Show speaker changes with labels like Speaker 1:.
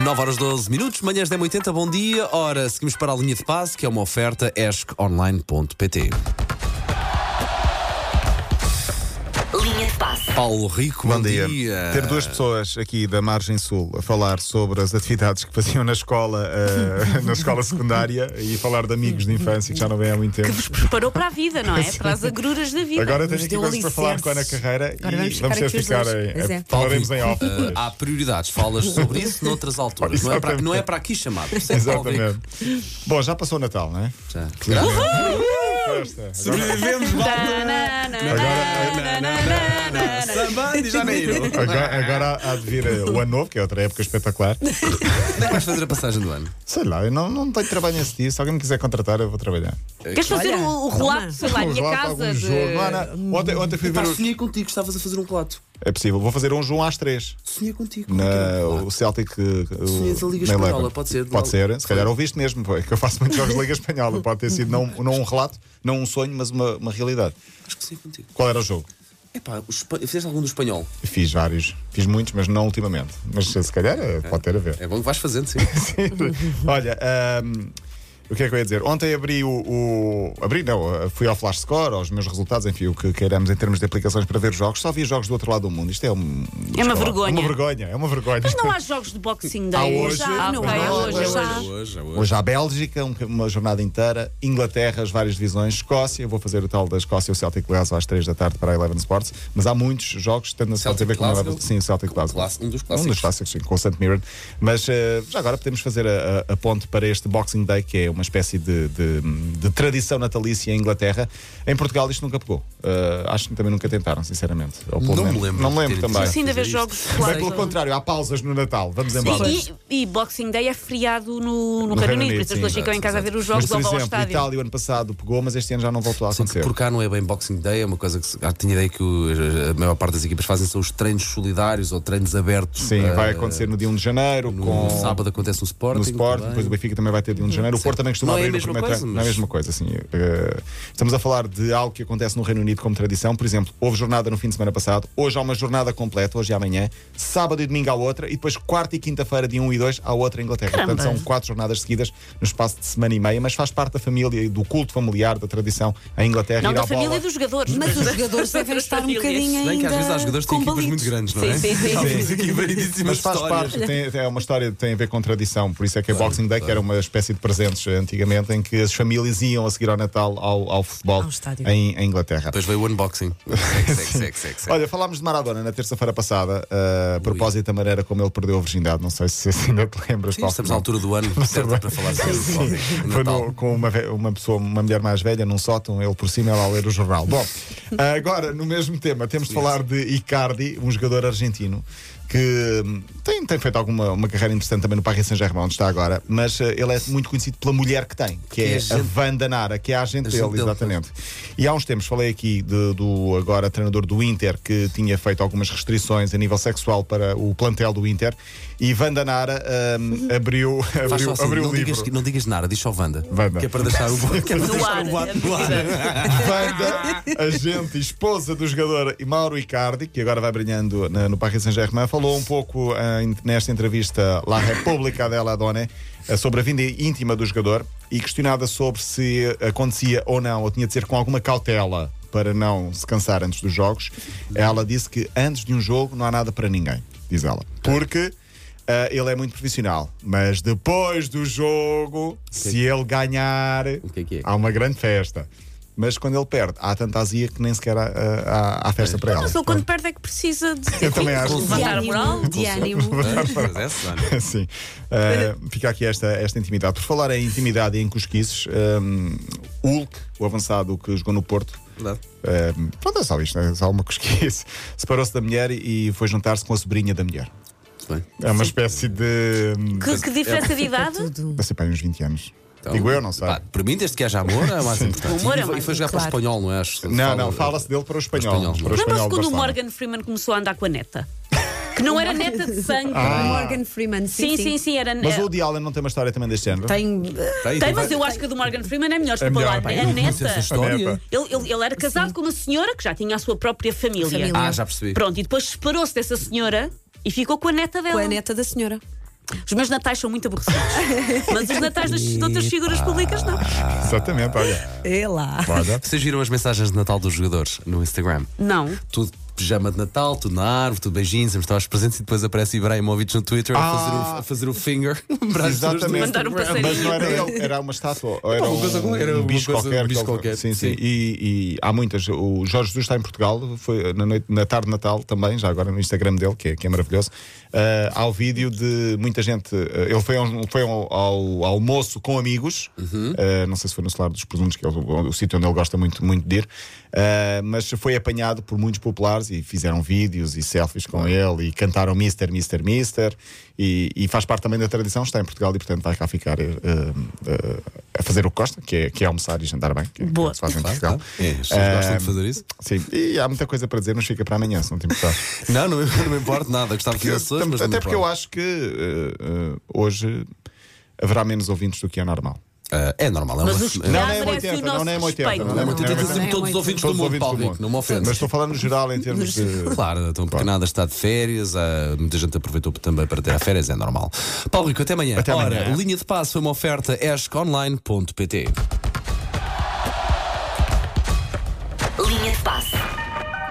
Speaker 1: 9 horas 12 minutos, manhãs 10h80, bom dia. Ora, seguimos para a linha de passe, que é uma oferta esconline.pt.
Speaker 2: Linha de passe.
Speaker 1: Paulo Rico, bom,
Speaker 3: Bom dia. Ter duas pessoas aqui da margem sul a falar sobre as atividades que faziam na escola, eh, na escola secundária e falar de amigos de infância que já não vêm há muito tempo.
Speaker 4: vos preparou para a vida, não é? Para as agruras da vida.
Speaker 3: Agora tenho
Speaker 5: nos
Speaker 3: aqui
Speaker 5: deu
Speaker 3: coisas para falar
Speaker 5: alicerces.
Speaker 3: com a Ana Carreira
Speaker 5: um Agora
Speaker 3: e
Speaker 5: vamos ficar
Speaker 3: vamos ter
Speaker 5: aqui
Speaker 3: de
Speaker 5: os
Speaker 3: ficar
Speaker 5: dois.
Speaker 3: em.
Speaker 5: Pois é.
Speaker 3: Falaremos em
Speaker 1: Paulo
Speaker 3: off.
Speaker 1: Rico, eh, há prioridades, falas sobre isso noutras alturas. Não é, para, não é para aqui chamar. Isso é Paulo Rico.
Speaker 3: Exatamente. Bom, já passou o Natal, não é?
Speaker 1: Já.
Speaker 3: Festa. Agora,
Speaker 1: Sobrevivemos, malta. Samba de Janeiro.
Speaker 3: agora, agora há de vir eh, o ano novo, que é outra época espetacular.
Speaker 1: Onde é que vais fazer a passagem do ano?
Speaker 3: Sei lá, eu não, não tenho trabalho nesse dia. Se alguém me quiser contratar, eu vou trabalhar.
Speaker 4: Queres fazer
Speaker 5: Olha,
Speaker 4: o, o relato,
Speaker 5: toma.
Speaker 4: sei lá, a
Speaker 3: Um
Speaker 4: minha
Speaker 3: jogo,
Speaker 4: casa?
Speaker 3: algum
Speaker 4: De...
Speaker 3: jogo. Não, não. Ontem, ontem fui
Speaker 1: Pá,
Speaker 3: ver. os-
Speaker 1: sonhei contigo que estavas a fazer um relato.
Speaker 3: É possível, vou fazer um João às três.
Speaker 1: Sonhei contigo. Como é que era
Speaker 3: na,
Speaker 1: um
Speaker 3: o
Speaker 1: relato?
Speaker 3: Celtic. uh,
Speaker 1: Sim, da Liga
Speaker 3: na
Speaker 1: Espanhola,
Speaker 3: Eleven.
Speaker 1: pode ser, de
Speaker 3: Pode
Speaker 1: lá-
Speaker 3: ser, se calhar ouviste mesmo, pô, é que eu faço muitos jogos da Liga Espanhola. Pode ter sido não, não um relato, não um sonho, mas uma, uma realidade.
Speaker 1: Acho que sonhei contigo.
Speaker 3: Qual era o jogo?
Speaker 1: Epá, o espa- fizeste algum do espanhol?
Speaker 3: Fiz vários, fiz muitos, mas não ultimamente. Mas se calhar eh, pode ter a ver.
Speaker 1: É bom que vais fazendo, sim.
Speaker 3: Olha, ahm, o que é que eu ia dizer? Ontem abri o, o- Abri, não, eh, fui ao Flash Score, aos meus resultados, enfim, o que queiramos em termos de aplicações para ver jogos. Só vi jogos do outro lado do mundo. Isto é um. sei
Speaker 4: É uma
Speaker 3: lá,
Speaker 4: vergonha.
Speaker 3: Uma vergonha, é uma vergonha.
Speaker 4: Mas não há jogos de Boxing Day
Speaker 3: Há hoje,
Speaker 4: já, não
Speaker 5: mas
Speaker 4: é?
Speaker 5: não há
Speaker 4: Hoje,
Speaker 5: hoje.
Speaker 4: já.
Speaker 1: Hoje, hoje.
Speaker 3: Hoje há Bélgica, um- uma jornada inteira, Inglaterra, as várias divisões, Escócia, eu vou fazer o tal da Escócia, o Celtic Glasgow às 3 da tarde para a Eleven Sports, mas há muitos jogos, tanto na
Speaker 1: Celtic
Speaker 3: Celtic TV como na
Speaker 1: Glasgow.
Speaker 3: Eleven. Sim, o Celtic Glasgow.
Speaker 1: clássico- um dos
Speaker 3: Um
Speaker 1: clássicos.
Speaker 3: dos clássicos, sim, com o St. Mirren. Mas eh, já agora podemos fazer a, a- a ponte para este Boxing Day, que é uma espécie de, de- de tradição natalícia em Inglaterra. Em Portugal isto nunca pegou. Eh, acho que também nunca tentaram, sinceramente. Ou pelo
Speaker 1: Não me
Speaker 3: menos-
Speaker 1: lembro
Speaker 3: Não
Speaker 1: de
Speaker 3: me lembro
Speaker 1: ter
Speaker 3: também.
Speaker 1: existido.
Speaker 4: Sim, de assim haver
Speaker 1: Fazer
Speaker 4: jogos
Speaker 1: isto.
Speaker 3: Bem, pelo
Speaker 4: escolares.
Speaker 3: contrário, há pausas no Natal. Vamos embora.
Speaker 4: E, e- e Boxing Day é feriado no, no,
Speaker 3: No
Speaker 4: Reino
Speaker 3: Reino
Speaker 4: Unido, por
Speaker 3: Unido,
Speaker 4: isso as pessoas
Speaker 3: sim,
Speaker 4: ficam em
Speaker 1: exato,
Speaker 4: casa a ver os jogos
Speaker 3: Mas, por
Speaker 4: ou vão ao
Speaker 3: exemplo, a
Speaker 4: estádio.
Speaker 3: Itália o ano passado pegou, mas este ano já não voltou a
Speaker 1: Sim, que
Speaker 3: acontecer.
Speaker 1: por cá não é bem Boxing Day, é uma coisa que se- ah, tinha ideia que o- a maior parte das equipas fazem são os treinos solidários ou treinos abertos.
Speaker 3: Sim,
Speaker 1: ah,
Speaker 3: vai acontecer no dia 1 de janeiro,
Speaker 1: No,
Speaker 3: com
Speaker 1: no sábado acontece no Sporting.
Speaker 3: no Sport,
Speaker 1: também.
Speaker 3: depois o Benfica também vai ter dia 1 de janeiro. O Porto também costuma
Speaker 1: Não é a
Speaker 3: abrir o
Speaker 1: mesma
Speaker 3: primeiro
Speaker 1: coisa,
Speaker 3: treino.
Speaker 1: mas-
Speaker 3: Não é a mesma coisa, sim. Eh, estamos a falar de algo que acontece no Reino Unido como tradição. Por exemplo, houve jornada no fim de semana passado, hoje há uma jornada completa, hoje e amanhã, sábado e domingo há outra, e depois quarta e quinta-feira, dia 1 e 2, há outra em Inglaterra.
Speaker 4: Caramba.
Speaker 3: Portanto, são quatro jornadas seguidas no espaço de semana e meia, mas faz parte da família e do culto familiar da tradição em Inglaterra.
Speaker 4: Não,
Speaker 3: ir
Speaker 4: da
Speaker 3: à
Speaker 4: família
Speaker 3: bola.
Speaker 4: e dos jogadores.
Speaker 5: Mas os jogadores devem estar um bocadinho ainda
Speaker 1: Bem que às vezes há jogadores que têm equipas
Speaker 5: combalidos.
Speaker 1: muito grandes, não é?
Speaker 5: Sim, sim, sim.
Speaker 1: Temos aqui variedíssimas
Speaker 3: Mas faz
Speaker 1: histórias.
Speaker 3: parte, tem- tem- é uma história que tem a ver com tradição, por isso é que a Boxing Day, que era uma espécie de presentes eh, antigamente, em que as famílias iam a seguir ao Natal ao, ao futebol
Speaker 5: Ao estádio.
Speaker 3: em, em Inglaterra.
Speaker 1: Depois veio o unboxing. Segue, segue, segue, segue, segue.
Speaker 3: Olha, falámos de Maradona na terça-feira passada, eh, a propósito da maneira como ele perdeu a virgindade, não sei se se ainda te lembras.
Speaker 1: Sim,
Speaker 3: Paulo
Speaker 1: estamos na
Speaker 3: Fernandes.
Speaker 1: altura do ano certa para falar sobre isso.
Speaker 3: Foi no-
Speaker 1: Natal.
Speaker 3: com uma, ve- uma pessoa, uma mulher mais velha, num sótão, ele por cima, ela a ler o jornal. Bom, agora, no mesmo tema, temos de falar de Icardi, um jogador argentino que hum, tem, tem feito alguma uma carreira interessante também no Paris Saint-Germain, onde está agora, mas eh, ele é muito conhecido pela mulher que tem, que,
Speaker 1: é
Speaker 3: é,
Speaker 1: a
Speaker 3: a
Speaker 1: gente-
Speaker 3: Wanda Nara, que é a agente
Speaker 1: a
Speaker 3: dele,
Speaker 1: gente dele,
Speaker 3: exatamente. E há uns tempos falei aqui de- do agora treinador do Inter, que tinha feito algumas restrições a nível sexual para o plantel do Inter, e Wanda Nara hum, abriu,
Speaker 1: Uhum. Faz só
Speaker 3: abriu,
Speaker 1: assim,
Speaker 3: abriu
Speaker 1: não,
Speaker 3: o livro.
Speaker 1: digas, não digas nada, diz só Wanda.
Speaker 3: Wanda.
Speaker 1: Que é para deixar o que é para
Speaker 4: No
Speaker 1: deixar
Speaker 4: ar,
Speaker 1: o boato
Speaker 4: é
Speaker 1: no ar.
Speaker 3: Wanda, agente e esposa do jogador Mauro Icardi, que agora vai brilhando na- no Paris Saint-Germain, falou um pouco ah, in- nesta entrevista La República della Dona ah, sobre a vinda íntima do jogador e questionada sobre se acontecia ou não, ou tinha de ser com alguma cautela para não se cansar antes dos jogos, ela disse que antes de um jogo não há nada para ninguém, diz ela. Porque ah, ele é muito profissional, mas depois do jogo, se ele ganhar,
Speaker 1: é que é que é?
Speaker 3: há uma grande festa. Mas quando ele perde, há tanta azia que nem sequer há, eh, há- há festa para ela.
Speaker 4: Mas ele quando perde é que precisa de
Speaker 3: Eu também acho.
Speaker 5: De
Speaker 4: levantar a moral.
Speaker 5: ânimo, de ânimo.
Speaker 1: Mas é, Susana.
Speaker 3: Sim. Uh, fica aqui esta, esta intimidade. Por falar em intimidade e em cosquices, um, Hulk, o avançado que jogou no Porto,
Speaker 1: Verdade.
Speaker 3: um, pronto, é só isto, é só uma cosquice, separou-se da mulher e foi juntar-se com a sobrinha da mulher.
Speaker 1: Muito bem.
Speaker 3: É uma espécie de. hum,
Speaker 4: Que, que diferença de idade?
Speaker 3: Deve ser para aí uns 20 anos.
Speaker 1: Então,
Speaker 3: Digo eu, não sei.
Speaker 1: pá, Para mim, desde que haja amor, é o mais importante.
Speaker 4: Humor é
Speaker 1: E foi- e foi
Speaker 4: mais-
Speaker 1: jogar para o
Speaker 5: claro.
Speaker 1: espanhol, não é? Acho que
Speaker 3: Não,
Speaker 1: fala-
Speaker 3: não, fala-se dele para o espanhol.
Speaker 1: espanhol,
Speaker 3: para o
Speaker 1: não é?
Speaker 4: Lembram-se
Speaker 3: espanhol
Speaker 4: quando o
Speaker 3: Barcelona.
Speaker 4: Morgan Freeman começou a andar com a neta? Que não era neta de sangue.
Speaker 5: Morgan Freeman,
Speaker 4: Ah, Sim, sim, sim, era
Speaker 3: Mas o Woody Allen não tem uma história também deste género?
Speaker 5: Tem.
Speaker 1: Tem,
Speaker 4: Tem, mas eu acho que a do Morgan Freeman é melhor
Speaker 3: É
Speaker 4: escalar.
Speaker 3: melhor, pá,
Speaker 4: é
Speaker 3: eu não
Speaker 1: Conheces
Speaker 4: neta.
Speaker 1: essa história?
Speaker 3: Nepa.
Speaker 4: Ele, ele- ele era casado com uma senhora que já tinha a sua própria família.
Speaker 5: Família.
Speaker 1: Ah, já percebi.
Speaker 4: Pronto, e depois separou-se dessa senhora e ficou com a neta dela.
Speaker 5: Com a neta da senhora.
Speaker 4: Os meus natais são muito aborrecidos. mas os natais das, de outras figuras públicas não.
Speaker 3: Ah, Exatamente, olha.
Speaker 5: É lá.
Speaker 3: Olha.
Speaker 1: Vocês viram as mensagens de Natal dos jogadores no Instagram?
Speaker 4: Não.
Speaker 1: Tudo de pijama de Natal, tudo na árvore, tudo beijinhos, a mostrar os presentes e depois aparece Ibrahimovic no Twitter a, fazer o, a fazer o finger. para as pessoas do-
Speaker 3: Ah. Exatamente.
Speaker 4: Mandar um
Speaker 3: Mas não
Speaker 4: passarinho.
Speaker 3: era ele, era uma estátua. Ou era
Speaker 1: uma coisa
Speaker 3: um,
Speaker 1: qualquer, era
Speaker 3: um
Speaker 1: uma
Speaker 3: bicho
Speaker 1: coisa,
Speaker 3: qualquer.
Speaker 1: um bicho
Speaker 3: qual-
Speaker 1: qualquer,
Speaker 3: Sim, sim.
Speaker 1: sim.
Speaker 3: E, e há muitas. O Jorge Jesus está em Portugal, foi na, noite, na tarde de Natal também, já agora no Instagram dele, que é, que é maravilhoso. ah, há o vídeo de muita gente. ah, ele foi, a um- foi ao, ao almoço com amigos, ah, não sei se foi no Solar dos Presuntos, que é o, o- o sítio onde ele gosta muito, muito de ir, ah, mas foi apanhado por muitos populares e fizeram vídeos e selfies com ele e cantaram Mister, Mister, Mister. E, e faz parte também da tradição, está em Portugal e portanto vai cá ficar ah, ah, a fazer o que gosta, que é, que é almoçar e jantar bem, que, é- que
Speaker 4: Boa.
Speaker 3: se faz em
Speaker 1: Claro,
Speaker 3: Portugal.
Speaker 1: claro. É, as pessoas gostam de fazer isso.
Speaker 3: Ah, Sim, e há muita coisa para dizer, mas fica para amanhã, se não te importares.
Speaker 1: Não, não, me- não me importa nada. Gostava que
Speaker 3: Eu-
Speaker 1: fosse hoje,
Speaker 3: tam-
Speaker 1: mas
Speaker 3: até porque eu acho que eh, eh, hoje haverá menos ouvintes do que é normal.
Speaker 1: é normal, é uma.
Speaker 4: Mas os
Speaker 1: é-
Speaker 3: Não,
Speaker 4: Já
Speaker 3: não é
Speaker 4: merece o
Speaker 3: 80,
Speaker 4: nosso
Speaker 3: não é 80,
Speaker 4: respeito.
Speaker 3: não é
Speaker 1: Não,
Speaker 3: 80,
Speaker 1: eu
Speaker 3: não é
Speaker 1: dizer todos os ouvintes do
Speaker 3: Todos
Speaker 1: mundo,
Speaker 3: ouvintes do
Speaker 1: Paulo Rico,
Speaker 3: mundo.
Speaker 1: não me
Speaker 3: Mas
Speaker 1: ofendes.
Speaker 3: estou a falar no geral em termos de.
Speaker 1: Claro, então porque nada está de férias, há- muita gente aproveitou também para ter a férias, é normal. Paulo Rico, até amanhã.
Speaker 3: Até amanhã.
Speaker 1: Ora, o linha de passo foi uma oferta esconline.pt.
Speaker 2: Linha de passe.